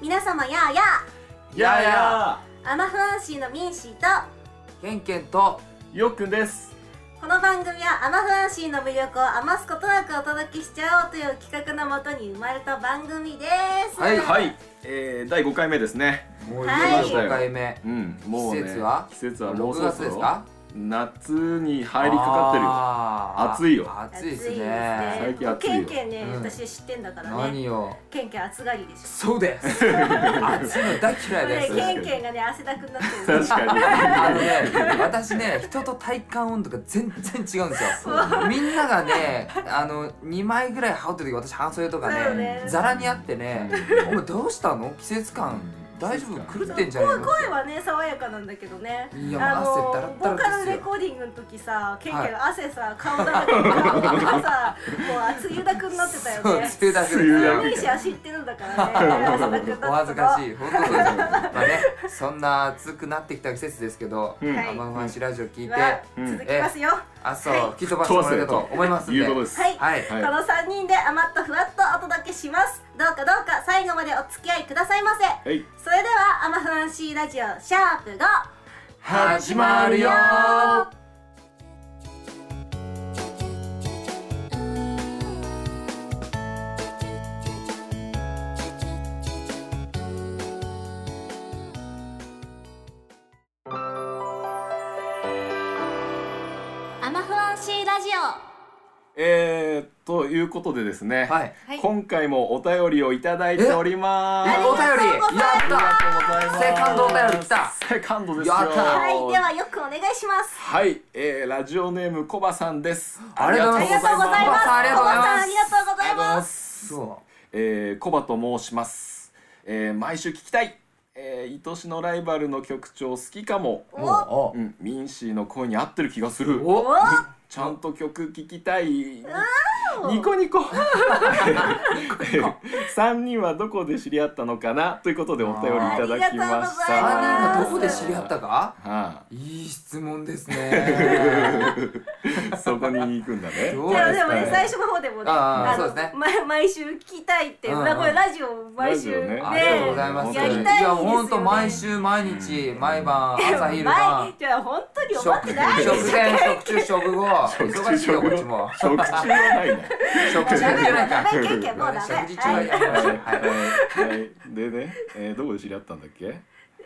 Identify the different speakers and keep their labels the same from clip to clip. Speaker 1: 皆様やあや
Speaker 2: やや
Speaker 1: あアマフアンシーのミンシーと
Speaker 3: ケンケンと
Speaker 2: よくんです
Speaker 1: この番組はアマフアンシーの魅力を余すことなくお届けしちゃおうという企画のもとに生まれた番組です
Speaker 3: はい
Speaker 2: はい、えー、第5回目ですね
Speaker 3: もう
Speaker 1: はい
Speaker 3: 15回目
Speaker 2: うんもうね
Speaker 3: 季節は
Speaker 2: 季節はもう
Speaker 3: 6
Speaker 2: そろ
Speaker 3: 月
Speaker 2: そ
Speaker 3: です
Speaker 2: ろ
Speaker 3: か
Speaker 2: 夏に入りかかってるよ暑
Speaker 3: い
Speaker 2: いよ
Speaker 3: 暑いですね
Speaker 2: 最近暑いよ
Speaker 1: ケンケンね、
Speaker 3: うん
Speaker 1: 私知ってんだからね
Speaker 3: 何よ
Speaker 1: ケンケン暑がりでしょ
Speaker 3: そうです暑いの大嫌い
Speaker 1: ね
Speaker 3: です
Speaker 1: ケンケンがね汗だくになって る
Speaker 2: 確かに
Speaker 3: あのね、私ね、人と体感温度が全然違うんですよ。みんながね、あの2枚ぐらい羽織ってる時、私半袖とか
Speaker 1: そう
Speaker 3: ね
Speaker 1: ね、
Speaker 3: ザラにあってね、お前どうしたの？季節感大丈夫？狂ってんじゃないの？
Speaker 1: 声はね爽やかなんだけどね
Speaker 3: いや
Speaker 1: あ
Speaker 3: もう
Speaker 1: の
Speaker 3: 汗だら
Speaker 1: ボー
Speaker 3: だ
Speaker 1: カ
Speaker 3: ら
Speaker 1: ル
Speaker 3: で
Speaker 1: レ
Speaker 3: すよ。
Speaker 1: コーディングの時さケンケン汗さ、顔だらけで顔がさもう熱湯だくになってたよ
Speaker 3: そう、
Speaker 1: ね
Speaker 3: 梅雨だけ
Speaker 2: 梅雨だ
Speaker 3: で
Speaker 2: け
Speaker 3: す
Speaker 1: ミ
Speaker 3: よ。
Speaker 1: ーシャ知ってるんだからね
Speaker 3: お恥ずか
Speaker 1: い
Speaker 3: しい、本当 そうですよ。まあね、そんな暑くなってきた季節ですけど、
Speaker 2: うん
Speaker 1: はい
Speaker 3: アマフンシラジオ聞いて、
Speaker 1: は
Speaker 2: うん
Speaker 1: 続きますよ、
Speaker 3: 朝を吹き飛ばしてもらえたと思いますんで。
Speaker 2: いうことです
Speaker 1: はい、
Speaker 3: は
Speaker 2: は
Speaker 3: い。
Speaker 2: い
Speaker 1: この3人で余ったふわっとお届けしますどうかどうか最後までお付き合いくださいませ
Speaker 2: はい
Speaker 1: それではアマフアンシーラジオシャープ5
Speaker 3: 始まるよー
Speaker 1: アマフアンシーラジオ
Speaker 2: えー、ということでですね、
Speaker 3: はい。
Speaker 1: はい
Speaker 2: 今回もお便りをいただいておりま
Speaker 3: お
Speaker 2: す
Speaker 1: え
Speaker 3: 便りやったセカンドお便り来た
Speaker 2: セカンドですよ
Speaker 3: やった
Speaker 1: はいではよくお願いします
Speaker 2: はい、えー、ラジオネームコバさんです
Speaker 3: ありがとうご
Speaker 1: あ
Speaker 3: ざ
Speaker 1: り
Speaker 3: い
Speaker 1: が
Speaker 3: ま
Speaker 1: とうございます
Speaker 3: ありがとうございます
Speaker 1: ありがとうございます
Speaker 2: す
Speaker 3: そ
Speaker 2: えー、コバと申します、えー、毎週聞きたい、えー、愛しのライバルの曲調好きかも
Speaker 3: う。
Speaker 1: お
Speaker 3: も
Speaker 2: うん、ミンシーの声に合ってる気がする
Speaker 3: うお
Speaker 1: お
Speaker 3: お。
Speaker 2: ちゃんと曲聴きたいニコニコ 三人はどこで知り合ったのかなということでお便りいただきまし
Speaker 1: ありが
Speaker 3: 三人
Speaker 2: た
Speaker 3: がどこで知り合ったか。
Speaker 2: はい
Speaker 3: い質問です ね。
Speaker 2: い、そこに行くんだね
Speaker 3: どう
Speaker 1: い
Speaker 3: です
Speaker 1: や
Speaker 3: か
Speaker 1: でもね
Speaker 3: ね
Speaker 1: 最初の方でもね
Speaker 3: あー
Speaker 1: の
Speaker 3: そうですね
Speaker 1: ま毎週聞きたいって
Speaker 3: うんうん
Speaker 1: 裏声ラジオ毎週ね
Speaker 2: ラ
Speaker 3: ありがとうございます。
Speaker 2: ね
Speaker 1: やりたいです
Speaker 3: いや
Speaker 1: よね
Speaker 3: 本当毎週毎日毎晩朝
Speaker 1: 毎
Speaker 3: 昼晩
Speaker 1: 日は本当に
Speaker 3: 食
Speaker 1: 思ってないで
Speaker 3: 食
Speaker 1: すよ
Speaker 3: 前食中食後 忙しいよこっちも
Speaker 2: 食中はないね
Speaker 3: 食中
Speaker 1: ダメ
Speaker 3: じゃない
Speaker 1: ダ
Speaker 3: か。
Speaker 1: メケンケンもうダメ
Speaker 3: 食事中
Speaker 1: は
Speaker 3: はいやめましょう。はい。
Speaker 2: はいでね、えー、どこで知り合ったんだっけはい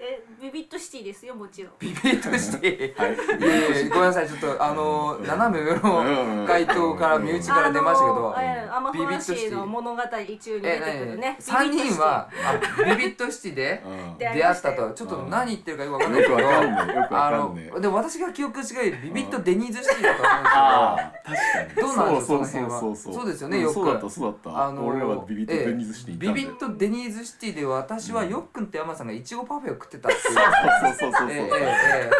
Speaker 1: えビビットシティですよもちろん
Speaker 3: ビビッとして。いやいやごめんなさいちょっとあの斜め上の回答から身内から出ましたけど。
Speaker 1: あのあの
Speaker 3: ビビットシティ
Speaker 1: アマフランシーの物語中に出てくるね
Speaker 3: 三人はあビビッとシティで
Speaker 2: うん
Speaker 1: で
Speaker 3: 出会った
Speaker 1: う
Speaker 3: と
Speaker 1: ん
Speaker 3: ちょっと何言ってるかよくわかんない
Speaker 2: よ
Speaker 3: け
Speaker 2: く
Speaker 3: ど
Speaker 2: わかんないよくわ
Speaker 3: あ
Speaker 2: かんない
Speaker 3: のでも私が記憶違いビビッとデニーズシティだと思うんです
Speaker 2: ああ確かに
Speaker 3: どうなんですか
Speaker 2: そうそうそう
Speaker 3: そ
Speaker 2: そう
Speaker 3: の辺はそうですよね
Speaker 2: ん
Speaker 3: よく
Speaker 2: そうだったそうだっ
Speaker 3: けど
Speaker 2: た、俺はビビッと
Speaker 3: ええ
Speaker 2: デニーズシティに行ったんだ
Speaker 3: ビ
Speaker 2: よ
Speaker 3: ビッとデニーズシティで私はよっくんと山さんがいちごパフェを食ってたっていう
Speaker 2: そうそうそうそうそう、
Speaker 3: ええええええ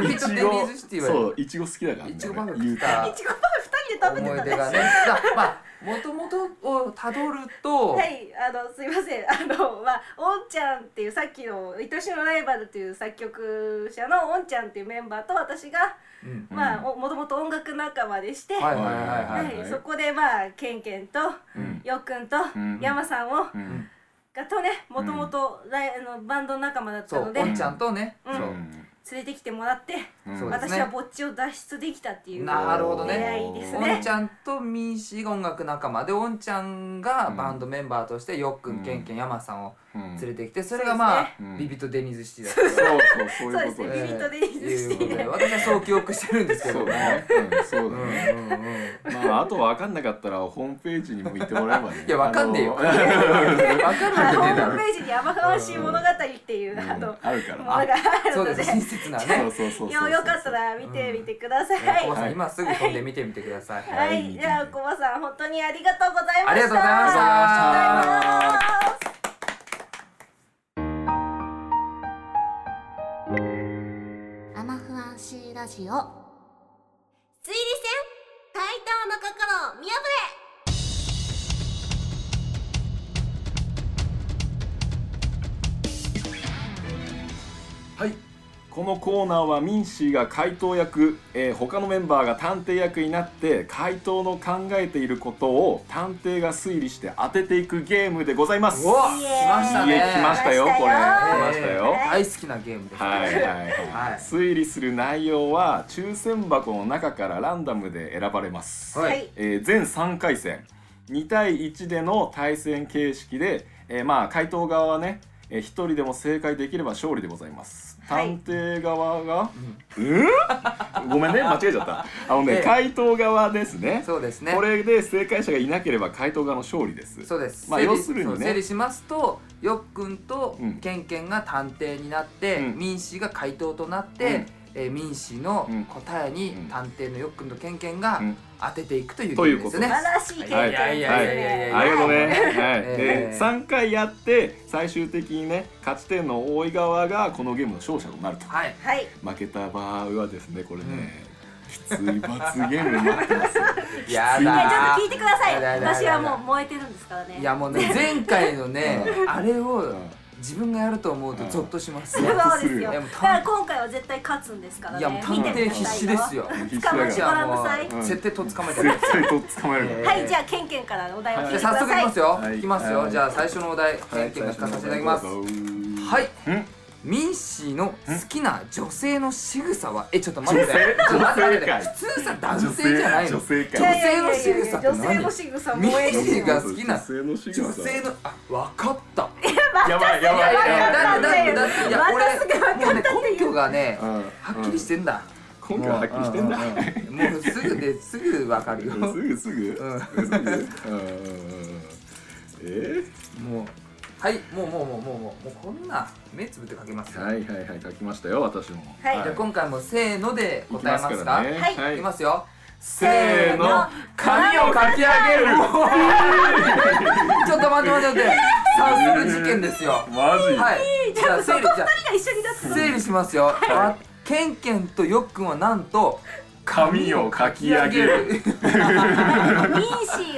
Speaker 3: ビビッとデニーズシティは
Speaker 2: そういちご好きだからね
Speaker 3: いちごパフェ食
Speaker 2: 言
Speaker 3: っ
Speaker 2: うた
Speaker 3: て
Speaker 2: ら
Speaker 3: た
Speaker 1: いちごパフェ二人で食べ
Speaker 3: 思
Speaker 1: てた
Speaker 3: い出がねだまあもともとをたどると
Speaker 1: はい、あのすいません、あのまあおんちゃんっていうさっきの愛しのライバルという作曲者のおんちゃんっていうメンバーと私が
Speaker 3: うん
Speaker 1: まあもともと音楽仲間でして、
Speaker 3: はい
Speaker 1: は
Speaker 3: はいはいはい
Speaker 1: い、そこでまあけんけんと
Speaker 2: うん
Speaker 1: よっくんと
Speaker 2: ん
Speaker 1: やまさんを
Speaker 2: うん
Speaker 1: がとね、もともとライあのバンド仲間だっ
Speaker 3: そ
Speaker 1: た
Speaker 3: う
Speaker 1: ので
Speaker 3: おん
Speaker 1: 連
Speaker 3: ちゃんとね
Speaker 1: うん
Speaker 3: そう
Speaker 1: れてきてもらって、
Speaker 2: うん
Speaker 3: そうですね
Speaker 1: 私はぼっちを脱出できたっていう。
Speaker 3: なるほどね
Speaker 1: 出会いです
Speaker 3: おん
Speaker 1: ね
Speaker 3: ちゃんとミンシーが音楽仲間でおんちゃんがバンドメンバーとしてよっく
Speaker 2: うん
Speaker 3: んけんけんやまさんを
Speaker 2: うん
Speaker 3: 連れてきてそれがまあ
Speaker 2: うん
Speaker 3: ビビとデニーズシティだっ
Speaker 2: そうそうそういうこ
Speaker 1: そうです
Speaker 2: とだよ
Speaker 1: ね ビ
Speaker 2: ね
Speaker 1: ビッとデ
Speaker 3: た
Speaker 1: ニーズシティ
Speaker 3: と
Speaker 1: ね
Speaker 3: で私はそう記憶してるんですけど
Speaker 2: そう
Speaker 3: も
Speaker 2: だねうんそう
Speaker 3: う
Speaker 2: だ
Speaker 3: んうん
Speaker 2: ね
Speaker 3: うん
Speaker 2: まああと分かんなかったらホームページにも行ってもらえばね
Speaker 3: いやわかんねえよ
Speaker 2: あの
Speaker 3: 分かる
Speaker 1: まあ
Speaker 3: わけ
Speaker 1: ホ
Speaker 3: ねえ
Speaker 1: ー
Speaker 3: だ
Speaker 1: ム
Speaker 3: ろ
Speaker 1: ページに「甘川しい物語」っていう、あ
Speaker 2: う
Speaker 1: の
Speaker 2: んあるか
Speaker 1: もの
Speaker 2: ら
Speaker 1: がある
Speaker 3: そ
Speaker 1: の
Speaker 3: うで
Speaker 1: で。
Speaker 3: す親切な
Speaker 2: そ
Speaker 3: ね
Speaker 2: うそうそうそう
Speaker 1: よよかったら見てみてください。
Speaker 3: コバさん今すぐ飛んで見てみてください
Speaker 2: ん
Speaker 1: はい、じゃあコバさん本当にありがとうございました。
Speaker 3: ありがとうございました
Speaker 1: ありがとうございます。
Speaker 4: アマフアンシーラジオ推理戦怪盗の心を見破
Speaker 2: はいこのコーナーはミンシーが回答役、えー他のメンバーが探偵役になって回答の考えていることを探偵が推理して当てていくゲームでございます。
Speaker 3: うわ
Speaker 1: イ
Speaker 3: 来
Speaker 1: エーイ
Speaker 3: ました
Speaker 2: い
Speaker 3: ね
Speaker 2: え来ましたよこれ。来
Speaker 1: 来
Speaker 2: ましたよ。
Speaker 3: えー大好きなゲームです、
Speaker 2: はいはいはい、
Speaker 3: はい
Speaker 2: 推理する内容は抽選箱の中からランダムで選ばれます、
Speaker 3: はい
Speaker 1: はい
Speaker 2: えー全3回戦2対1での対戦形式で、えーまあ回答側はね、え1人でも正解できれば勝利でございます
Speaker 1: はい
Speaker 2: 探偵側が、うん、ごめんね間違えちゃったあのね、
Speaker 3: ええ
Speaker 2: 回答側ですね
Speaker 3: そうですね
Speaker 2: これで正解者がいなければ回答側の勝利です
Speaker 3: そうです、
Speaker 2: まあ
Speaker 3: 整理
Speaker 2: 要するにね
Speaker 3: そう整理しますとよっくんと
Speaker 2: うん
Speaker 3: けんけんが探偵になって、
Speaker 2: うん
Speaker 3: 民氏が回答となっ
Speaker 2: う
Speaker 3: て
Speaker 2: ん、
Speaker 3: えー民氏の
Speaker 2: うん
Speaker 3: 答えに
Speaker 2: うん
Speaker 3: 探偵のよっくんとけんけんが
Speaker 2: うん
Speaker 3: 当てていくというゲ
Speaker 2: とい
Speaker 3: ー
Speaker 2: う
Speaker 3: ム
Speaker 2: こと
Speaker 3: です
Speaker 1: 素
Speaker 3: ね
Speaker 1: 晴らしい経験ですね、
Speaker 3: はいいやいやいやいやいや
Speaker 2: ありがとうね。はい。
Speaker 3: え
Speaker 2: で、
Speaker 3: え
Speaker 2: 3回やって最終的にね勝ち点の多い側がこのゲームの勝者となると。
Speaker 3: はい
Speaker 1: はい
Speaker 2: 負けた場合はですねこれね、きつい罰ゲームになってます。
Speaker 3: や
Speaker 1: いや
Speaker 3: だ
Speaker 1: ちょっと聞いてください
Speaker 3: やだやだやだ
Speaker 1: 私はもう燃えてるんですからね
Speaker 3: いやもうね前回のね
Speaker 2: う
Speaker 3: あれ
Speaker 2: う
Speaker 3: を
Speaker 2: ん
Speaker 3: 自分がやると思うと
Speaker 2: うん
Speaker 3: ゾッとしま
Speaker 1: そ
Speaker 3: す
Speaker 1: う
Speaker 3: ね
Speaker 1: ですよ
Speaker 3: いや
Speaker 1: だ
Speaker 3: もう
Speaker 1: から今回は絶対勝つんですからね
Speaker 3: いやもう探
Speaker 1: 見てく
Speaker 3: 偵
Speaker 1: ださい
Speaker 3: 必死ですよ
Speaker 2: 必死
Speaker 1: 捕まえ
Speaker 2: だか
Speaker 1: て
Speaker 3: じ
Speaker 2: ら
Speaker 1: も
Speaker 3: ゃ
Speaker 1: らうのさい
Speaker 3: あもう設定とっ捕まえてる
Speaker 2: 絶対とっ捕まえるから。
Speaker 3: えー
Speaker 1: はいじゃあケンケンからお題を聞い
Speaker 3: じ
Speaker 1: て
Speaker 3: ゃあ
Speaker 1: くださ
Speaker 3: 早速
Speaker 1: い
Speaker 3: いきますよ、
Speaker 2: はい
Speaker 3: い、きますよ、
Speaker 2: はい
Speaker 3: じゃあ最初のお題け
Speaker 2: はい
Speaker 3: んけんが聞かさせていただきます
Speaker 2: は
Speaker 3: はい
Speaker 2: うん
Speaker 3: ミンシーの好きな女性の仕草はえちょっと待
Speaker 2: 女
Speaker 3: って
Speaker 2: 性
Speaker 3: ちょっと
Speaker 2: 女
Speaker 3: 待
Speaker 2: 性
Speaker 3: って待って
Speaker 2: 会。
Speaker 3: 普通さ男性じゃないの
Speaker 2: 女性会。
Speaker 1: いやいやいやいや
Speaker 3: 女性の仕草って何
Speaker 1: 女性の仕草
Speaker 3: 見
Speaker 1: 燃
Speaker 3: え
Speaker 1: え
Speaker 3: て
Speaker 1: てる
Speaker 3: るが好きな
Speaker 2: 女性の仕草
Speaker 3: 女性のあ分かった
Speaker 2: やばいやばい
Speaker 3: いやいや
Speaker 2: やば
Speaker 3: だっ
Speaker 2: い
Speaker 3: て
Speaker 1: わか
Speaker 3: だってだっていや
Speaker 1: またすぐ分かっ
Speaker 3: 俺もうね根拠がね
Speaker 2: うん
Speaker 3: はっきりしてんだ
Speaker 2: 今回ははっきりしてんだ。
Speaker 3: うんうんうんもうすぐですぐ分かるよ
Speaker 2: すぐすぐ。
Speaker 3: うん
Speaker 2: すぐすぐうんうんうんうんえ
Speaker 3: もうはいもうもうもうもうもうもうこんな目つぶって書けます
Speaker 2: ー、
Speaker 3: よ、
Speaker 2: はいはいはい書きましたよ私も。
Speaker 1: はい
Speaker 3: じゃあ今回もせーので答えますか
Speaker 2: いきからね。
Speaker 1: はい
Speaker 3: いきますよ
Speaker 2: せ
Speaker 3: ーの
Speaker 2: 髪をかき上げる。
Speaker 3: ちょっと待って待って待って早速事件ですよ
Speaker 2: マジ。
Speaker 3: はいじゃあ整理じゃあ
Speaker 1: 二人が一緒になって
Speaker 3: 整理しますよ、あケンケンとよっくんはなんと
Speaker 2: 髪をかき上げる。
Speaker 1: ミンシー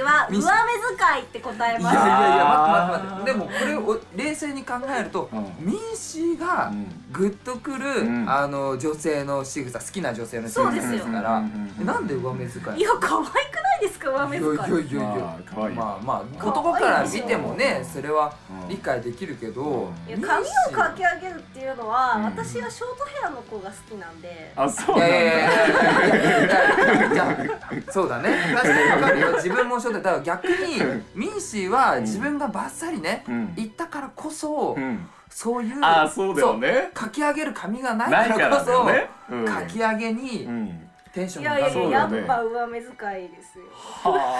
Speaker 1: は上目遣いって答え
Speaker 3: い
Speaker 1: ま
Speaker 3: や
Speaker 1: す
Speaker 3: いやい
Speaker 1: は
Speaker 3: や待って待って待ってでもこれを冷静に考えると、
Speaker 2: うん
Speaker 3: ミンシーが
Speaker 2: うん
Speaker 3: グッとくる、
Speaker 2: うん
Speaker 3: あの女性の仕草好きな女性の仕草
Speaker 1: そうですよ
Speaker 3: から、
Speaker 2: うんうんうん
Speaker 3: なんで上目遣い
Speaker 1: いや可愛くないですか上目遣い
Speaker 3: いやいやいやい
Speaker 2: ま
Speaker 3: や
Speaker 2: あ可愛い。
Speaker 3: まあまあ男から見ても
Speaker 2: うん
Speaker 3: ねそれは
Speaker 2: うん
Speaker 3: 理解できるけど、
Speaker 1: いや髪をかき上げるっていうのは、
Speaker 2: うん
Speaker 1: 私はショートヘアの子が好きなんで
Speaker 2: あそう
Speaker 3: い
Speaker 2: なん
Speaker 3: や
Speaker 2: だ。
Speaker 3: いやいやいやいやいやいやそうだね確かにわかるよ自分もそうだだから逆にミンシーは自分がバッサリね、
Speaker 2: うん
Speaker 3: 言ったからこそ、
Speaker 2: うん。
Speaker 3: そういう
Speaker 2: あーそうだよね
Speaker 3: そう書き上げる紙がな
Speaker 2: ない
Speaker 3: い
Speaker 2: か
Speaker 3: から
Speaker 2: らだ
Speaker 3: こそ、
Speaker 2: よね。うん
Speaker 3: 書き上げに
Speaker 2: うん。
Speaker 3: テンショ
Speaker 1: い
Speaker 3: ンが
Speaker 1: や
Speaker 3: 上
Speaker 1: いやい
Speaker 2: そ
Speaker 3: がる
Speaker 2: う
Speaker 1: や、
Speaker 2: だね
Speaker 1: やっぱ上目遣いですよ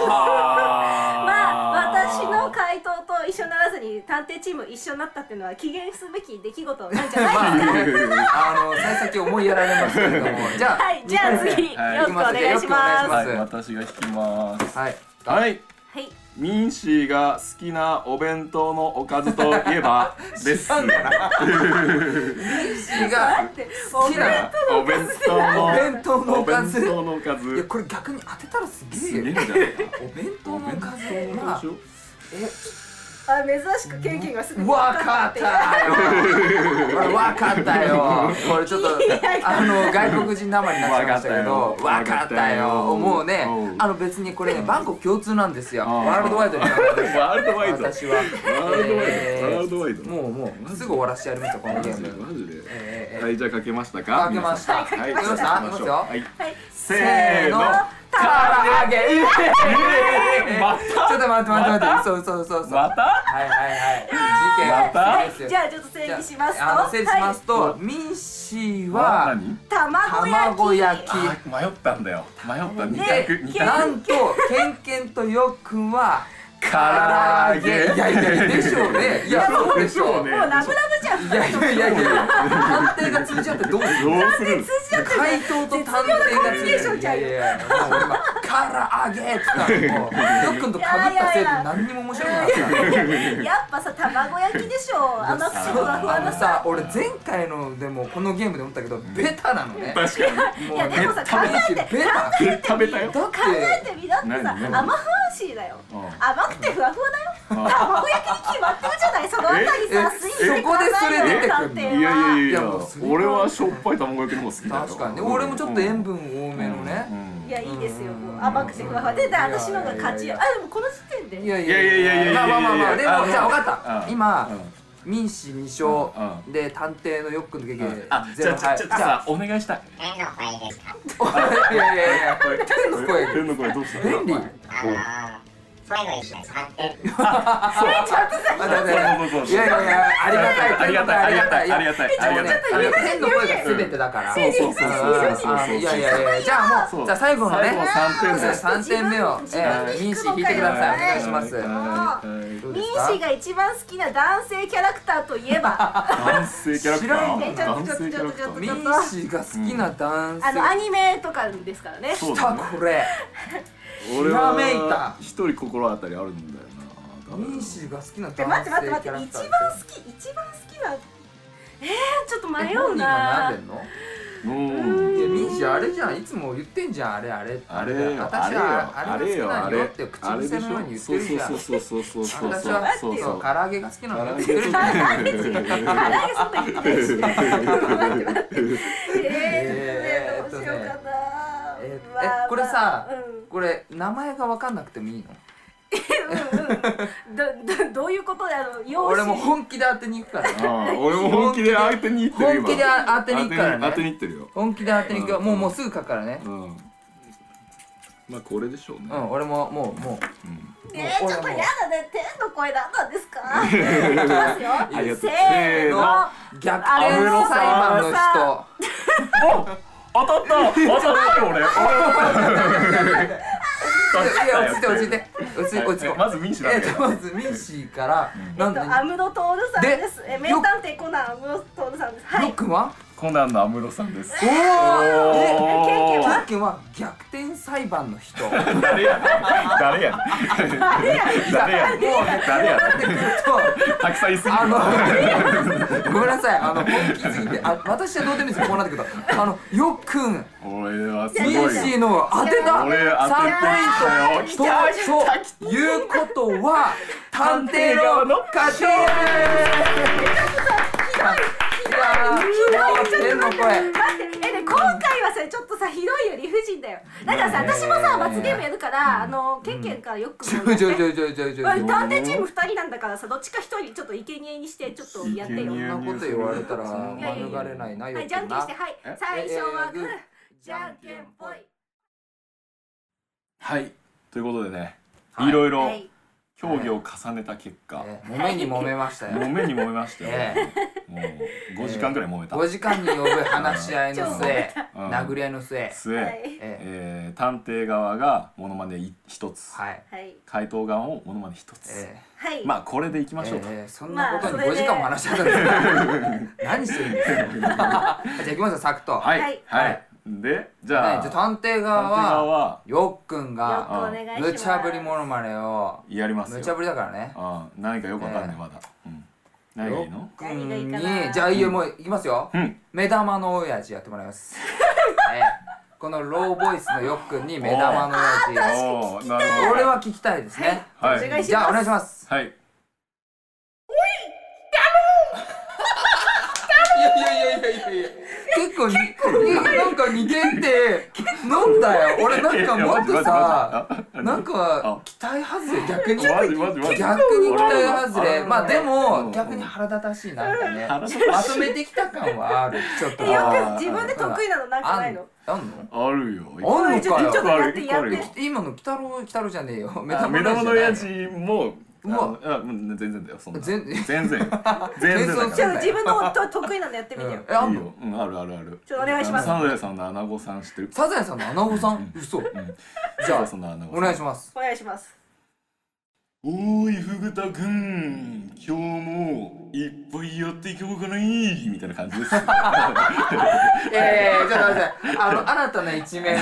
Speaker 2: は
Speaker 1: まあ私の回答と一緒にならずに探偵チーム一緒になったっていうのは機嫌すべき出来事なんじゃないですか
Speaker 3: あの幸先思いやられますけれどもじゃあ、
Speaker 1: はいじゃあ次、
Speaker 2: はい
Speaker 1: よろしくお願いします
Speaker 3: は
Speaker 2: はいい私が引きます。
Speaker 3: はい
Speaker 2: は
Speaker 1: は
Speaker 2: い。
Speaker 1: い
Speaker 2: ミンシーが好きなお弁当のおかずといえ ばです。
Speaker 3: 次が
Speaker 1: 待って
Speaker 3: 好きな
Speaker 2: お弁当の
Speaker 3: お弁当のおかず
Speaker 2: お弁当のおか
Speaker 3: いや
Speaker 2: ず。
Speaker 3: これ逆に当てたらす
Speaker 2: す
Speaker 3: げえ
Speaker 2: げえ
Speaker 3: よ
Speaker 2: じゃん。
Speaker 3: お弁当
Speaker 2: お
Speaker 3: のお
Speaker 2: 弁
Speaker 3: かず
Speaker 2: 当のお
Speaker 3: ま
Speaker 2: か
Speaker 3: あ
Speaker 2: ずでしょ
Speaker 3: え
Speaker 1: あ珍しくケンケンがすぐに
Speaker 3: わかったよわかったよこれちょっとあの外国人なまりになっちゃいましたけど
Speaker 2: わかったよ
Speaker 3: わかったよもうね
Speaker 2: うん
Speaker 3: あの別にこれねバンコク共通なんですよ
Speaker 2: うん
Speaker 3: ワールドワイドに考えて
Speaker 2: ワールドワイド。
Speaker 3: 私は
Speaker 2: ワールドワイド
Speaker 3: え
Speaker 2: ワールドワイド
Speaker 3: もうもうすぐ終わらせてやりますよこの
Speaker 2: マ
Speaker 3: ゲ
Speaker 2: ジ
Speaker 3: ー
Speaker 2: で
Speaker 3: ム
Speaker 2: マジで。
Speaker 3: えーえー
Speaker 2: はいじゃあかけましたか。
Speaker 3: かけました
Speaker 2: 皆さんはい
Speaker 3: かけました
Speaker 2: かけましょう
Speaker 3: か
Speaker 2: は
Speaker 1: は
Speaker 2: い。
Speaker 1: い
Speaker 2: せ
Speaker 3: ーの唐揚げえー
Speaker 2: ま
Speaker 3: ちょっと待って待って待って嘘嘘嘘嘘
Speaker 2: また？
Speaker 3: はいはいはい
Speaker 2: また
Speaker 3: 事件
Speaker 1: はいじゃあちょっと整理しますと
Speaker 3: あの整理しますと、
Speaker 2: は
Speaker 3: ミンシー
Speaker 2: は
Speaker 3: は
Speaker 2: 何？
Speaker 1: 卵
Speaker 3: 卵
Speaker 1: 焼
Speaker 3: 焼
Speaker 1: き
Speaker 3: き
Speaker 2: あ迷ったんだよ。迷った二択二
Speaker 3: でな
Speaker 2: 択。
Speaker 3: んとケンケンとヨッくんは
Speaker 2: 唐揚
Speaker 3: いや
Speaker 2: げ。
Speaker 3: いやいやでしょう ねいやそうでしょう
Speaker 2: でしょ
Speaker 3: ね
Speaker 2: うね
Speaker 1: もうラブラブじゃん
Speaker 3: いやいやいやいや探偵が通じ合ってどうす
Speaker 2: ど
Speaker 3: る
Speaker 2: うする？
Speaker 1: 通じ合ってる
Speaker 3: 回答と探偵が通じ合っていやいやいやもう今唐揚げって言ったのもうヨッくんと被ったせいで何にも面白くなかった
Speaker 1: やっぱさ卵焼きでしょ甘くてふわふわ
Speaker 3: あ
Speaker 1: の
Speaker 3: の
Speaker 1: さ
Speaker 3: さ俺前回のでもこのゲームで思ったけどベタなのね
Speaker 2: 確か
Speaker 3: もう
Speaker 1: いやでもさ
Speaker 3: 食べなしベタ
Speaker 2: に。べ食べたよ。
Speaker 3: だっ
Speaker 1: 考えてみだってさ
Speaker 2: 何何
Speaker 1: 甘ふわしいだよ
Speaker 2: うん
Speaker 1: 甘くてふわふわだよ卵焼きに決まってるじゃないその若木さん推理って考えるよ探
Speaker 2: い
Speaker 1: 偵
Speaker 2: や
Speaker 1: はい
Speaker 2: やいやい
Speaker 3: い
Speaker 2: や
Speaker 3: やもうそれは
Speaker 2: 俺はしょっぱい卵焼きの方が好きだよ
Speaker 3: 確かにね俺もちょっと塩分多めのね、
Speaker 1: いやいいですよ
Speaker 3: うん
Speaker 1: もう甘くてふわふわでで私のが勝ち
Speaker 3: いや
Speaker 1: あ
Speaker 3: い
Speaker 1: でもこの時点で
Speaker 3: いやい
Speaker 2: いやいやいやいやいや
Speaker 3: まあまあまあまあ
Speaker 2: いやい
Speaker 3: で
Speaker 2: や
Speaker 3: もじゃあ分かっ
Speaker 2: う
Speaker 3: た
Speaker 2: ん
Speaker 3: 今
Speaker 2: うん
Speaker 3: 民事2
Speaker 2: うん
Speaker 3: 勝で探偵のよっくんとゲゲ
Speaker 2: あじ
Speaker 3: ゼ
Speaker 2: ゃ
Speaker 3: ロ
Speaker 2: あじゃあ
Speaker 3: は
Speaker 2: じ
Speaker 3: い
Speaker 2: ゃ
Speaker 3: じ
Speaker 2: あ
Speaker 3: ゃ
Speaker 2: さ
Speaker 3: あ
Speaker 2: お願いしたい
Speaker 5: 目の声ですか
Speaker 3: いやいやいや天の声
Speaker 2: 天の声どうした
Speaker 3: 便利
Speaker 5: あのー、そういうの一緒に触って
Speaker 3: あだね
Speaker 2: そうそうそう
Speaker 3: いやいやいやありがたい
Speaker 2: ありがたいありがたいありがたいありがたい
Speaker 3: たい天の声が全てだから
Speaker 2: そうそうそうそう
Speaker 3: あーいやいやいやじゃあもうじゃあ最後のね
Speaker 2: 最後の三
Speaker 3: 3点目を
Speaker 1: 自分
Speaker 3: え
Speaker 1: で
Speaker 3: ー民
Speaker 1: 自
Speaker 3: 事
Speaker 1: 分
Speaker 3: 引
Speaker 1: で
Speaker 3: い
Speaker 1: 引くのかよ
Speaker 3: てくださいお願いします
Speaker 2: はいはい
Speaker 3: どう
Speaker 1: ミン
Speaker 3: です
Speaker 1: シー
Speaker 3: か
Speaker 1: が一番好きな男性キャラクターといえば
Speaker 2: 男性キャラクター
Speaker 1: 知らん
Speaker 2: 男
Speaker 1: ね
Speaker 2: 性キャラクター
Speaker 3: 民事が好きな男
Speaker 1: あのア
Speaker 3: 性
Speaker 1: ニメとかですからね
Speaker 2: そう
Speaker 3: 来
Speaker 2: だ
Speaker 3: た
Speaker 2: ね
Speaker 3: これ
Speaker 2: 俺は
Speaker 3: ひらめいた
Speaker 2: 一人心当たりあるんだよな
Speaker 3: 民事が好きな男
Speaker 1: で
Speaker 3: 性
Speaker 1: 待って待って待
Speaker 3: キャラ
Speaker 1: って
Speaker 3: ク
Speaker 1: 一
Speaker 3: ター
Speaker 1: 番好き一番好きなえー、ちょっと迷
Speaker 3: え
Speaker 1: う
Speaker 3: 本人が
Speaker 1: な
Speaker 3: 悩んでんの
Speaker 2: うん
Speaker 3: いやミンシあれじゃんいつも言ってんじゃんあれあれ
Speaker 2: あれよ
Speaker 3: 私はあ
Speaker 2: あれ
Speaker 3: れ
Speaker 2: よ
Speaker 3: が好
Speaker 2: あ
Speaker 3: きなんよ
Speaker 2: れ
Speaker 3: って口
Speaker 2: あれ
Speaker 3: 癖
Speaker 2: でし
Speaker 3: のように言
Speaker 2: ょ
Speaker 3: っ
Speaker 2: そ
Speaker 3: て
Speaker 2: う
Speaker 3: るじゃん
Speaker 2: そうそうそうそうそうそう
Speaker 3: 私
Speaker 2: そう
Speaker 3: は
Speaker 2: そう
Speaker 1: そう
Speaker 3: そう唐揚げが好きなの
Speaker 2: 唐揚
Speaker 3: よって
Speaker 2: げ
Speaker 3: 言ってるじゃん
Speaker 1: 唐揚げそんな言ってないしね待って待ってえー、
Speaker 3: えーっと
Speaker 1: どう
Speaker 3: ね
Speaker 1: しようかな
Speaker 3: え
Speaker 1: うわー
Speaker 3: えこれさ
Speaker 1: まあうん
Speaker 3: これ名前が分かんなくてもいいの
Speaker 1: どどどういうことだろう容
Speaker 3: 俺
Speaker 1: 姿
Speaker 3: も本気で当てに行くからね
Speaker 2: ああ俺も本気で相手にいってるよ
Speaker 3: 本気で当てに行くからね
Speaker 2: 当てにいってるよ
Speaker 3: 本気で当てに行くよ
Speaker 2: うん
Speaker 3: もうもうすぐ書くからね
Speaker 2: うんまあこれでしょうね
Speaker 3: うん俺ももうもう
Speaker 2: うん
Speaker 1: えー、ちょっとやだね天の声だったんですか いきますよ
Speaker 2: ありがとう
Speaker 1: せ
Speaker 2: せ
Speaker 1: ー
Speaker 2: ー
Speaker 1: の
Speaker 2: の
Speaker 3: 逆
Speaker 1: あ
Speaker 3: 転
Speaker 1: れ
Speaker 3: の
Speaker 1: の
Speaker 3: 裁判の人
Speaker 2: 当たった当たったよ俺
Speaker 3: いや落ち着いて落ち着いて落ち着いて落ち着こう
Speaker 2: まず民主だ
Speaker 3: え
Speaker 2: け
Speaker 3: っとまずミンシーからなんで
Speaker 1: えっと安室徹さんです。
Speaker 3: で
Speaker 1: え名探偵コナン安室徹さんです。は
Speaker 3: ロッ
Speaker 1: い。
Speaker 3: クンは
Speaker 2: コナンの安室さんです
Speaker 3: おー
Speaker 2: おー
Speaker 3: え
Speaker 1: 経験
Speaker 3: ロ
Speaker 1: は
Speaker 3: ックンは逆転裁判の人
Speaker 2: 誰や誰や
Speaker 1: 誰や
Speaker 2: 誰や誰や
Speaker 3: ってくると
Speaker 2: たくさんいすぎる
Speaker 3: あのごめんなさいあの本気すぎてあ私はどうでもいいですこうなってくるとあのよっくん
Speaker 2: 俺はす
Speaker 3: ミン
Speaker 2: ごいよ
Speaker 3: シーの当てた
Speaker 2: 俺当て
Speaker 3: 3
Speaker 2: て
Speaker 3: ポイン
Speaker 2: き
Speaker 3: ト
Speaker 2: たよ
Speaker 3: とということは探偵の勝ちですいやーもう天の声
Speaker 1: 待ってえで今回はさちょっとさひどいよ理不尽だよ。だからさ
Speaker 2: ねえ
Speaker 1: 私もさ罰ゲームやるからあのケンケンからよく
Speaker 3: ち
Speaker 1: も
Speaker 3: ょ
Speaker 1: らっ
Speaker 3: いち
Speaker 1: て
Speaker 3: ょいちょいちょいちょいちょい
Speaker 1: まあ探偵チーム二人なんだからさどっちか一人ちょっと生贄にしてちょっとやってよ。
Speaker 2: 生
Speaker 3: そんな
Speaker 2: 贄
Speaker 1: は
Speaker 3: こと言われたら
Speaker 1: いやいやいや
Speaker 3: 免れないなよ
Speaker 1: いじゃんけんしてはい
Speaker 2: え
Speaker 1: 最初はグーじ
Speaker 3: じ
Speaker 1: ゃんけんぽい。
Speaker 2: はいということでね
Speaker 3: はい
Speaker 2: いろいろ
Speaker 1: はい。
Speaker 2: 競技を重ねた結果
Speaker 3: 揉めに揉めましたよ
Speaker 2: 揉めに揉めましたよ
Speaker 3: え
Speaker 2: もう5時間ぐらい揉めた
Speaker 3: 5時間に及ぶ話し合いの末
Speaker 2: うん
Speaker 3: 殴り合いの末
Speaker 1: は
Speaker 2: 末
Speaker 1: い。
Speaker 3: ええ
Speaker 2: えー探偵側がモノマネ一つ
Speaker 3: はい
Speaker 1: はい。
Speaker 2: 回答側もモノマネ一つ
Speaker 3: え
Speaker 1: はい。
Speaker 2: まあこれでいき
Speaker 3: え
Speaker 2: ましょうと
Speaker 3: ええそんなことに
Speaker 1: まあそれ
Speaker 3: 5
Speaker 1: で
Speaker 3: 時間も話し合ったんですか 何してるんですかじゃあ行きますよサクと
Speaker 2: はい
Speaker 1: はい
Speaker 2: はいでじ
Speaker 3: ね
Speaker 2: ゃあ
Speaker 3: じゃあ探偵
Speaker 2: 探
Speaker 3: 側
Speaker 2: 偵側
Speaker 3: は
Speaker 2: は
Speaker 3: よっくん
Speaker 1: よく
Speaker 3: が
Speaker 1: お願いします。
Speaker 3: 無茶ぶりモノマネを
Speaker 2: やりますよ
Speaker 3: 無茶ぶりだからね
Speaker 2: ああ何かよくわかんないまだうん何がいいの
Speaker 3: よっくん
Speaker 1: 何がいいか
Speaker 3: に
Speaker 1: な
Speaker 3: じゃあいいよもういきますよ
Speaker 2: うん
Speaker 3: 目玉の親父やってもらいます、ええこのローボイスのよっくんに目玉の親 父
Speaker 2: おーなるほ
Speaker 3: 俺
Speaker 2: ど
Speaker 3: は聞きたいですね、
Speaker 2: はい
Speaker 1: お願いし
Speaker 3: じゃあお
Speaker 1: ま
Speaker 3: 願
Speaker 1: す
Speaker 3: いし。ます
Speaker 2: はい
Speaker 3: いやいやいやいやいや結構になんか似てってなんだよ俺なんかもっとさなんか期待外れ逆に
Speaker 2: マジマジマジ
Speaker 3: 逆に期待外れ
Speaker 2: うん
Speaker 3: まあで
Speaker 2: う
Speaker 3: も
Speaker 2: ん
Speaker 3: 逆に腹立たしいなんかね
Speaker 2: 腹立
Speaker 3: まとめてきた感はあるちょっと
Speaker 1: えよ
Speaker 2: あー
Speaker 1: く自分で得意なのなんか
Speaker 3: あ
Speaker 1: ない
Speaker 3: ん
Speaker 1: の？
Speaker 3: あんの
Speaker 2: あるよ
Speaker 3: あんの
Speaker 1: ちょっ
Speaker 3: か
Speaker 1: とちょっと
Speaker 3: よ
Speaker 1: やってやっ
Speaker 2: ある
Speaker 1: て
Speaker 2: よ。
Speaker 3: 今の鬼太郎鬼太郎じゃねえよ目
Speaker 2: あ目玉
Speaker 3: 玉
Speaker 2: の
Speaker 3: の
Speaker 2: 親
Speaker 3: 親父じ
Speaker 2: 父も
Speaker 3: うわ
Speaker 2: あうん全然だよそんな
Speaker 3: 全
Speaker 2: 全然全然だから
Speaker 1: ちょっと自分のと得意なのやってみてよ。
Speaker 3: ゃないえあ
Speaker 2: い
Speaker 3: ん
Speaker 2: い
Speaker 3: の
Speaker 2: ようんあるあるある
Speaker 1: ちょっとお願いします
Speaker 2: サザエさんのアナゴさん知ってる
Speaker 3: サザエさんのアナゴさん嘘じゃあ
Speaker 2: そんなアナゴ
Speaker 3: お願いします
Speaker 1: お願いします。
Speaker 2: おーい、ふぐたくん、今日もいっぱいやっていこうかないみたいな感じです。
Speaker 3: ええー、ちょっと待ってください。あの、新たな一 面。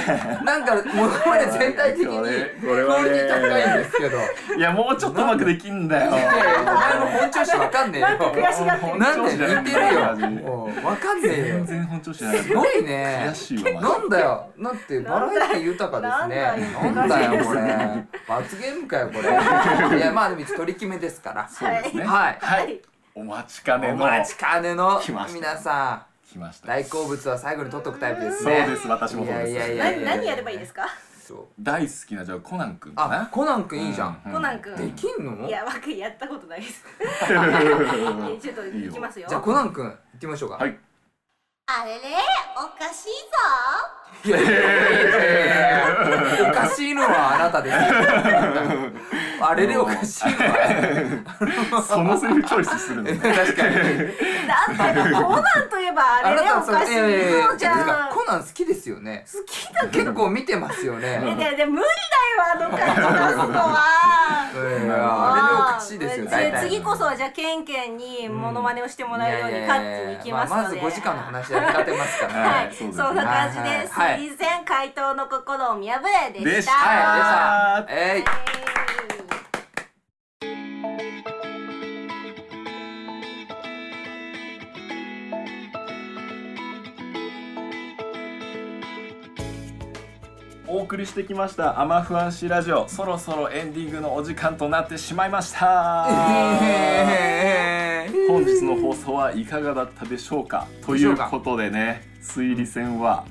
Speaker 3: なんか、ものまね 全体的に、ク
Speaker 2: こ
Speaker 3: オリ
Speaker 2: れ
Speaker 3: テ、
Speaker 2: これは
Speaker 3: ィ高いんで
Speaker 2: ね。
Speaker 3: すけど。いや
Speaker 2: いや、もうちょっとうまくできんだよ。
Speaker 3: お前の本調子わかんねえ
Speaker 1: なんか悔
Speaker 3: よ。
Speaker 1: しがってる。
Speaker 3: なん
Speaker 2: 本調
Speaker 3: で
Speaker 2: 子じゃ
Speaker 3: 似てるよ。おうわかんねえ
Speaker 2: 全
Speaker 3: よ。
Speaker 2: 然本調子じゃない。
Speaker 3: すごいね
Speaker 2: 悔。しいわ、マジ
Speaker 3: なんだよ。だって、バラエティ豊かですね。な
Speaker 1: なんん
Speaker 3: だ
Speaker 1: だ
Speaker 3: よ
Speaker 1: よ、
Speaker 3: これ。罰ゲームかよ、これ。いや、まあ、でも一応取り決めですから。
Speaker 2: そうですね。
Speaker 3: はい。
Speaker 2: は。
Speaker 1: はいい。
Speaker 2: お待ちかね
Speaker 3: お
Speaker 2: の
Speaker 3: 待ちかねの
Speaker 2: 来ました
Speaker 3: 皆さ
Speaker 2: 来まし
Speaker 3: ん
Speaker 2: た
Speaker 3: 大好物は最後に取っとくタイプです
Speaker 2: そう
Speaker 3: ね
Speaker 2: です私もそうです
Speaker 3: いやいやい
Speaker 1: な何やればいいですか
Speaker 3: そう
Speaker 2: 大好きなじゃあコナン君か
Speaker 3: あ
Speaker 2: な
Speaker 3: コナンくんいいじゃん、
Speaker 2: う
Speaker 1: コナン君
Speaker 3: できんの
Speaker 1: いやわくやったことないです
Speaker 2: うん
Speaker 1: ちょっと行きますよ
Speaker 3: じゃあコナンくん行ってみましょうか、、
Speaker 2: はいい
Speaker 4: あれれおかしい
Speaker 3: やいやいやおかしいのはあなたですよあれでおかしいのは
Speaker 2: そのセリフチョイスするの
Speaker 3: 確かに
Speaker 1: だってコナンといえばあれね
Speaker 3: な
Speaker 1: お
Speaker 3: た
Speaker 1: かしいのじゃん
Speaker 3: コナン好きですよね
Speaker 1: 好きだ
Speaker 3: 結構見てますよね、
Speaker 1: けどでで無理だよあの感じ出すのは
Speaker 3: えーあれでおかしいですよ
Speaker 1: あー
Speaker 3: 大体
Speaker 1: 次こそはじゃあケンケンにモノマネをしてもらうようにカッツに行きますので、
Speaker 3: あまず5時間の話で立てますから
Speaker 1: はい、
Speaker 2: そ
Speaker 1: そう
Speaker 2: で
Speaker 1: ん
Speaker 2: すね
Speaker 1: な感じで、
Speaker 3: はいはい
Speaker 1: 推理戦回答の心を見破れで
Speaker 2: で
Speaker 1: し。
Speaker 2: した
Speaker 3: はいでしたえ
Speaker 1: は
Speaker 3: い、
Speaker 1: い
Speaker 2: お送りしてきました「アマフアンシラジオ」そろそろエンディングのお時間となってしまいました
Speaker 3: えー
Speaker 2: 本日の放送はいかがだったでしょうかということでね推理戦は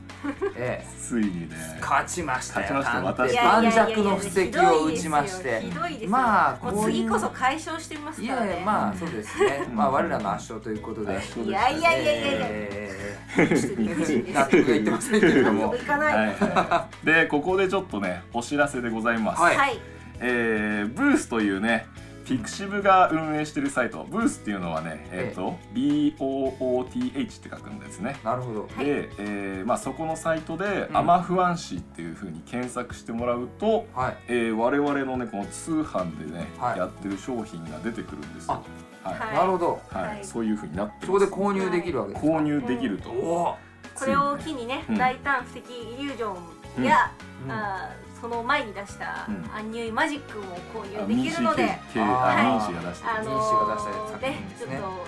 Speaker 3: え
Speaker 2: ついにね
Speaker 3: ー勝ちましたよ
Speaker 2: 勝ちましたよ
Speaker 3: 探
Speaker 2: 私
Speaker 3: 偵
Speaker 2: い
Speaker 3: 盤石の布石を打ちまして
Speaker 1: ひどいですよ。
Speaker 3: まあ
Speaker 1: もう
Speaker 3: こういう
Speaker 1: 次こそ解消してみます
Speaker 3: い
Speaker 1: から
Speaker 3: や
Speaker 1: ね。
Speaker 3: いやまあそうです ねまあ我らの圧勝ということで
Speaker 2: 圧勝
Speaker 1: いやいやいやいやいや、
Speaker 3: え
Speaker 1: ちょっと理不尽で
Speaker 3: ー
Speaker 1: す。
Speaker 3: 納得がいってませんけれども
Speaker 1: 行かない。
Speaker 2: は
Speaker 1: はいい。
Speaker 2: はい でここでちょっとねお知らせでございます、
Speaker 3: はい
Speaker 2: えー、ブースというねピクシブが運営してるサイトブースっていうのはねえっ、と、BOOTH って書くんですね
Speaker 3: なるほど
Speaker 2: で、えーまあ、そこのサイトで「
Speaker 3: うん
Speaker 2: アマフアンシー」っていうふうに検索してもらうと、
Speaker 3: はい
Speaker 2: えー我々のねこの通販でね、
Speaker 3: はい
Speaker 2: やってる商品が出てくるんですよ。はい
Speaker 1: は
Speaker 3: なるほど
Speaker 2: はい
Speaker 1: はい
Speaker 2: そういうふうになって
Speaker 3: そ
Speaker 2: ま
Speaker 3: こです購入できるわけですか
Speaker 2: 購入できると、
Speaker 3: おお
Speaker 1: これを機にね、
Speaker 2: うん
Speaker 1: 大胆不敵イリュージョンや、
Speaker 3: うん
Speaker 1: あーその前に出した、
Speaker 2: うん
Speaker 1: アンニュイマジックも購
Speaker 2: あ
Speaker 1: 入できるので。
Speaker 2: 民主系
Speaker 3: はい
Speaker 2: あ民主が出してる
Speaker 1: あの
Speaker 3: の民主が出した作
Speaker 1: ね
Speaker 3: 品で
Speaker 1: ち
Speaker 3: す
Speaker 1: ょっ
Speaker 3: ね
Speaker 1: とあの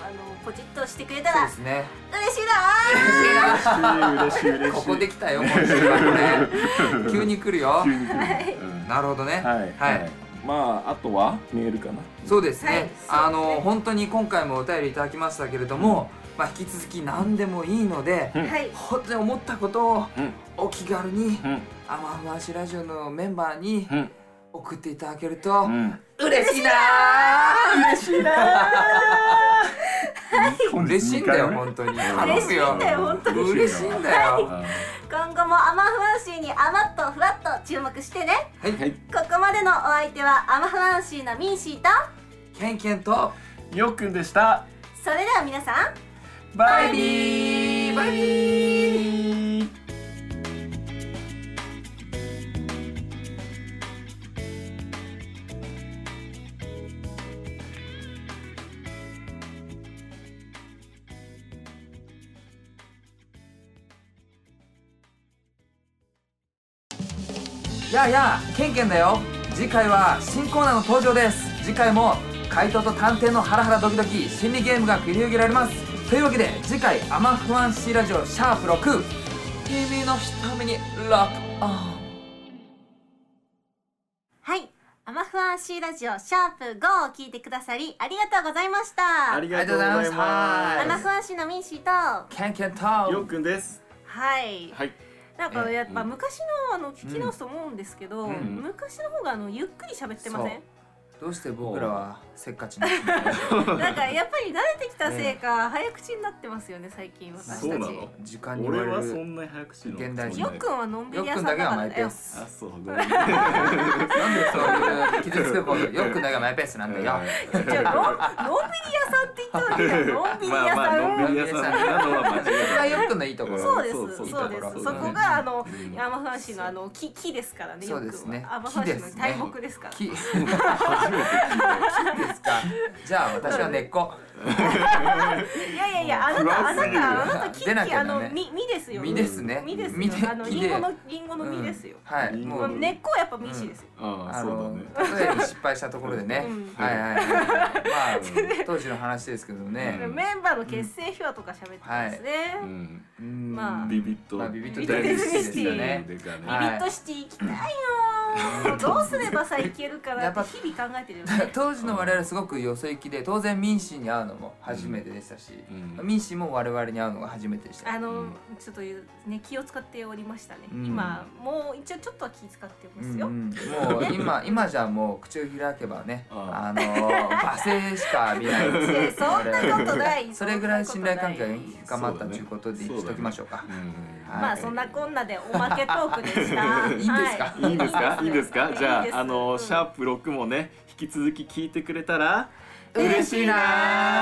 Speaker 1: ポチッとしてくれた
Speaker 3: そう
Speaker 1: ら
Speaker 3: ですね
Speaker 1: 嬉 しいな
Speaker 2: 嬉しい嬉しい嬉しい
Speaker 3: ここできたよ、今週 はね。急に来るよ
Speaker 2: 急。に来る、うん
Speaker 3: なるほどね。
Speaker 2: はい
Speaker 3: はい。
Speaker 2: まああとはメールかな
Speaker 3: そうですね。
Speaker 1: はい
Speaker 3: あ
Speaker 1: そうです
Speaker 3: の
Speaker 1: ね
Speaker 3: 本当に今回もお便りいただきましたけれども、まあ引き続き何でもいいので、
Speaker 2: うん
Speaker 1: ーはい
Speaker 3: 本当に思ったことを
Speaker 2: うん
Speaker 3: お気軽に
Speaker 2: うん
Speaker 3: アマフアシラジオのメンバーに
Speaker 2: うん
Speaker 3: 送っていただけると
Speaker 2: うん
Speaker 3: 嬉しいなー。嬉しい
Speaker 2: 本日
Speaker 3: 嬉しいんだよ
Speaker 2: 二回目
Speaker 3: 本当に。
Speaker 1: 嬉しいんだよ本当
Speaker 2: に
Speaker 3: 嬉しいんだよ。
Speaker 2: あ
Speaker 1: 今後もアマフアンシーにアマッとフラッと注目してね
Speaker 3: はい。
Speaker 2: はい
Speaker 1: ここまでのお相手はアマフアンシーのミンシーと
Speaker 3: ケンケンと
Speaker 2: よっくんでした
Speaker 1: それでは皆さん
Speaker 2: バイビーバイビー
Speaker 3: やあやあケンケンだよ次回は新コーナーの登場です次回も怪盗と探偵のハラハラドキドキ心理ゲームが繰り広げられますというわけで次回「アマフアンシーラジオシャープ #6」君の瞳にロックオン
Speaker 4: はいアマフアンシーラジオシャープ5を聞いてくださりありがとうございました
Speaker 2: ありがとうござい
Speaker 3: あ
Speaker 4: ア
Speaker 3: り
Speaker 4: マ
Speaker 2: ま
Speaker 3: がとうござい
Speaker 4: フアンシーのミンシーと
Speaker 3: ケンケンと
Speaker 2: すよっくんです
Speaker 1: はい
Speaker 2: はい
Speaker 1: なんか
Speaker 3: え
Speaker 1: やっぱ
Speaker 2: うん
Speaker 1: 昔のあの聞き直すと思うんですけど、
Speaker 3: うん
Speaker 1: 昔の方があのゆっくり喋ってません
Speaker 3: どうして僕らはせっかちなの
Speaker 1: なんかやっぱり慣れてきたせいか早口になってますよね最近私たち
Speaker 2: そうなの
Speaker 3: 時間に追わ
Speaker 2: 俺
Speaker 3: れ
Speaker 2: はそ
Speaker 3: る
Speaker 2: んなに早口の
Speaker 3: 現代人
Speaker 1: よっくんはのんび
Speaker 3: よっ
Speaker 1: り屋
Speaker 3: く
Speaker 1: さ
Speaker 3: ん
Speaker 1: んだ
Speaker 3: だけ
Speaker 1: か
Speaker 3: は
Speaker 1: ら
Speaker 3: マイ
Speaker 1: だ
Speaker 3: ペー
Speaker 1: よ
Speaker 3: ス
Speaker 2: あそうごめん
Speaker 3: なんでそういう傷つくことよっくんだけはマイペースなんだよ
Speaker 1: じゃあののんびり屋さんって言ったらいいよのんび り
Speaker 2: ま
Speaker 1: 屋
Speaker 2: あまあ
Speaker 1: さん
Speaker 2: のんびり屋さんなのは間違い
Speaker 3: そ
Speaker 2: ない
Speaker 3: れがよっくんのいいところ
Speaker 1: そうです、
Speaker 2: そう
Speaker 1: そ
Speaker 2: そうう
Speaker 1: です
Speaker 3: そ
Speaker 1: そ
Speaker 3: う。だから
Speaker 1: こがあの
Speaker 2: うん
Speaker 1: アマフアンシーのあの木木ですからね。
Speaker 3: そうですね
Speaker 1: よくアマフアンシー
Speaker 3: 木で
Speaker 1: の
Speaker 3: すね
Speaker 1: 大木ですから。
Speaker 3: 木初めて聞いた木ですかじゃあ私は根っこ
Speaker 1: いやいやいや、あなたあ
Speaker 2: 不安
Speaker 1: な
Speaker 2: すぎる
Speaker 1: たあなた木
Speaker 3: 出なき
Speaker 1: 木
Speaker 3: ゃ
Speaker 1: あ
Speaker 3: だ
Speaker 1: の
Speaker 3: ね
Speaker 1: 実実ですよ。
Speaker 3: 実ですね
Speaker 1: 実です
Speaker 3: 実で
Speaker 1: よ。あのリンゴのリンゴの実ですよ。
Speaker 3: はい
Speaker 2: うん
Speaker 3: も
Speaker 1: も
Speaker 3: う
Speaker 1: う根っこはやっぱ実ですよ。
Speaker 2: ああ
Speaker 3: あ
Speaker 2: そうだ
Speaker 3: の
Speaker 2: ね
Speaker 3: 例えに失敗したところでね
Speaker 1: うん
Speaker 3: はいはいはいまあ当時の話ですけど
Speaker 2: う
Speaker 3: ね
Speaker 2: ん
Speaker 1: メンバーの結成秘話とか喋ってますね。
Speaker 2: うん
Speaker 3: うん
Speaker 1: まあ
Speaker 2: ビビッと
Speaker 3: まあビビッと
Speaker 1: ダイビッド
Speaker 3: 好きですよ
Speaker 1: ダイ
Speaker 3: ね
Speaker 2: でかね
Speaker 1: ビビッとシティ行きたいよー。どうすればさ行けるかなって日々考えてるよね
Speaker 3: 当時の我々すごくよそ行きで当然民氏に会うのも初めてでしたし、
Speaker 2: うん
Speaker 3: 民氏も我々に会うのが初めてでした
Speaker 1: あの、
Speaker 2: うん
Speaker 1: ちょっと言うね気を使っておりましたね、
Speaker 3: うん
Speaker 1: 今もう一応ちょっとは気使って
Speaker 3: う
Speaker 1: ますよ、
Speaker 3: んうんもう今 今じゃもう口を開けばね
Speaker 2: あ
Speaker 3: あの罵声しか見ない
Speaker 1: い やそんなことない
Speaker 3: それぐらい信頼関係が
Speaker 1: そ
Speaker 3: 深まったということ
Speaker 2: そ
Speaker 3: で
Speaker 2: うだね
Speaker 3: しときましょうか
Speaker 2: うん
Speaker 3: はい
Speaker 1: まあそんなこんなでおまけトークでした
Speaker 3: いいんですか
Speaker 1: はい
Speaker 2: いいですかいいで すかじゃあ
Speaker 1: いいです
Speaker 2: あのシ
Speaker 1: うん
Speaker 2: ャープ6もね引き続き聞いてくれたら
Speaker 3: 嬉しいなー